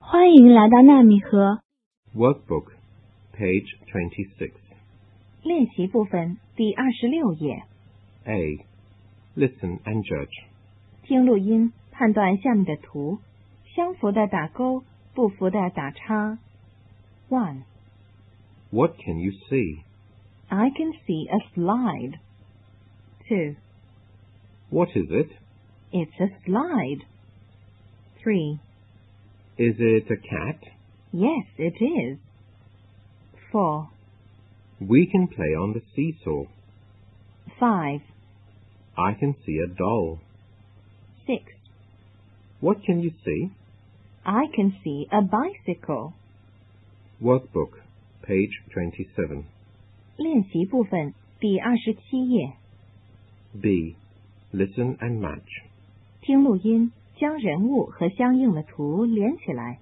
欢迎来到纳米盒 Workbook, page 26. 练习部分第二十六页， A. Listen and judge. 听录音判断下面的图，相符的打勾，不符的打叉。One, What can you see? I can see a slide. Two, What is it? it's a slide. Three, Is it a cat? yes, it is. Four, We can play on the seesaw. five, I can see a doll. six. What can you see? I can see a bicycle. Workbook, page 27. 练习部分第二十七页， B. Listen and match. 听录音，将人物和相应的图连起来。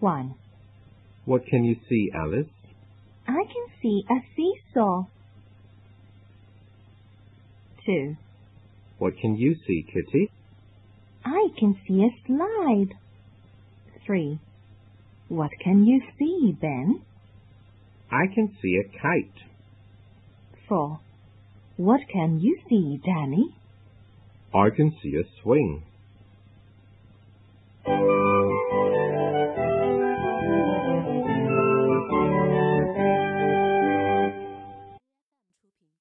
One. What can you see, Alice? I can see a seesaw. Two. What can you see, Kitty? I can see a slide. Three. What can you see, Ben? I can see a kite. Four. What can you see, Danny? I can see a swing.